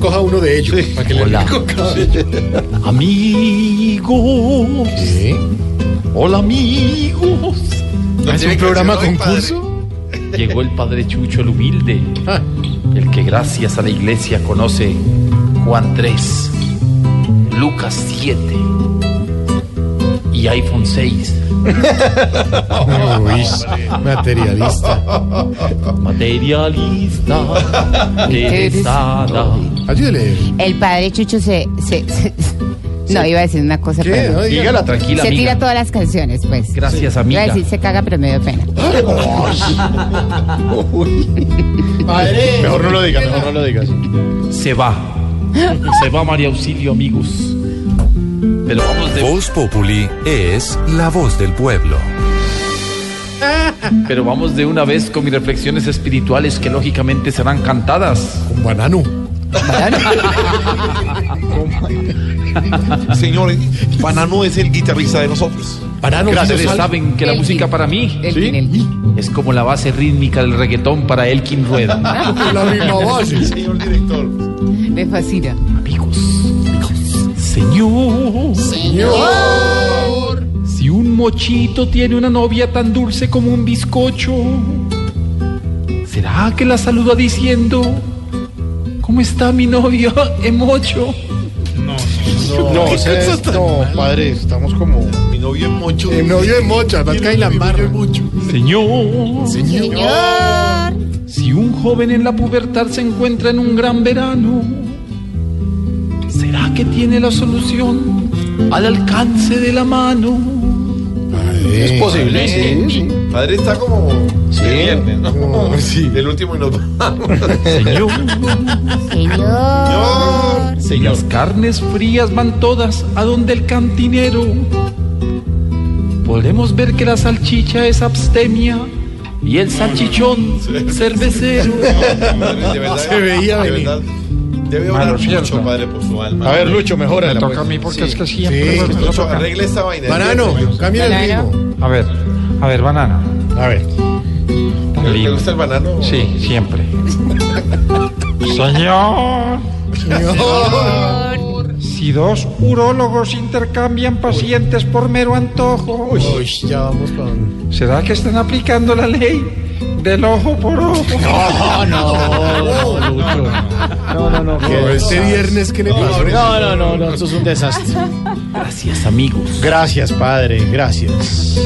coja uno de ellos. Sí. Para que le Hola. arranque cada uno. Amigos. ¿Qué? Hola, amigos. Ah, ¿Es un programa concurso? Llegó el padre Chucho el humilde, Ah, el que gracias a la iglesia conoce Juan 3, Lucas 7 y iPhone 6. uy, materialista. Materialista, interesada. Ayúdele. El padre Chucho se, se- se- No, iba a decir una cosa, ¿Qué? pero... No, dígala. Dígala tranquila, Se tira amiga. todas las canciones, pues. Gracias, Iba a amiga. decir se caga, pero me dio pena. Mejor no lo diga, mejor no lo digas. Se va. Se va María Auxilio, amigos. Pero vamos de, Voz Populi es la voz del pueblo. pero vamos de una vez con mis reflexiones espirituales que lógicamente serán cantadas. Con banano. Señores, Banano es el guitarrista de nosotros. Banano, Ustedes ¿sí lo sabe? saben que la El música fin. para mí El fin, el fin. es como la base rítmica del reggaetón para Elkin Rueda. La misma base. Señor director. Me fascina. Amigos, Señor, Señor. si un mochito tiene una novia tan dulce como un bizcocho, ¿será que la saluda diciendo, ¿cómo está mi novio, emocho? No, ¿Qué usted- cosa tan no, padre, estamos como. Mi novio es Moncho. El novio de Mocha, más cae la barra. Señor, Señor. si un joven en la pubertad se encuentra en un gran verano, ¿será que tiene la solución al alcance de la mano? Es posible, sí. sí. Padre está como de viernes, ¿no? No, sí. El último y nos vamos. Señor, Señor. las carnes frías van todas a donde el cantinero. Podemos ver que la salchicha es abstemia y el salchichón cervecero. Padre, de verdad, Se veía de venir. verdad, Debe orar Mano, mucho, cierto. padre, por su alma. A ver, Lucho, mejora. Me toca a mí porque Pues, es que siempre Sí. me toca. Lucho, arregle esta vaina. Banano, cambia el Banano. ritmo. A ver, a ver, banana. A ver. ¿Te gusta el banano? Sí, siempre. Señor, Señor. si dos urólogos intercambian pacientes por mero antojo, Uy, ya vamos para donde. ¿será que están aplicando la ley del ojo por ojo? Ah, No, Oh, no, no, no. Este viernes, ¿qué le pasó? No, no, no, no, esto es un desastre. Gracias, amigos. Gracias, padre, gracias.